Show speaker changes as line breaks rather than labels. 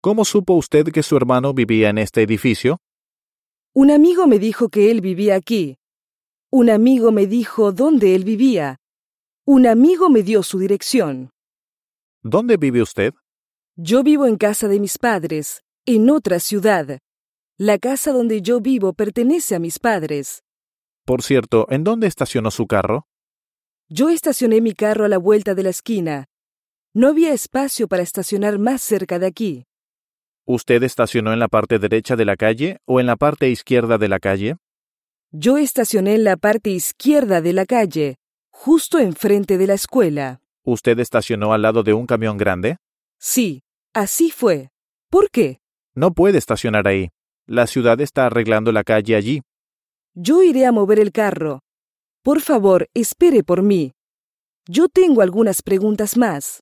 ¿Cómo supo usted que su hermano vivía en este edificio?
Un amigo me dijo que él vivía aquí. Un amigo me dijo dónde él vivía. Un amigo me dio su dirección.
¿Dónde vive usted?
Yo vivo en casa de mis padres, en otra ciudad. La casa donde yo vivo pertenece a mis padres.
Por cierto, ¿en dónde estacionó su carro?
Yo estacioné mi carro a la vuelta de la esquina. No había espacio para estacionar más cerca de aquí.
¿Usted estacionó en la parte derecha de la calle o en la parte izquierda de la calle?
Yo estacioné en la parte izquierda de la calle, justo enfrente de la escuela.
¿Usted estacionó al lado de un camión grande?
Sí, así fue. ¿Por qué?
No puede estacionar ahí. La ciudad está arreglando la calle allí.
Yo iré a mover el carro. Por favor, espere por mí. Yo tengo algunas preguntas más.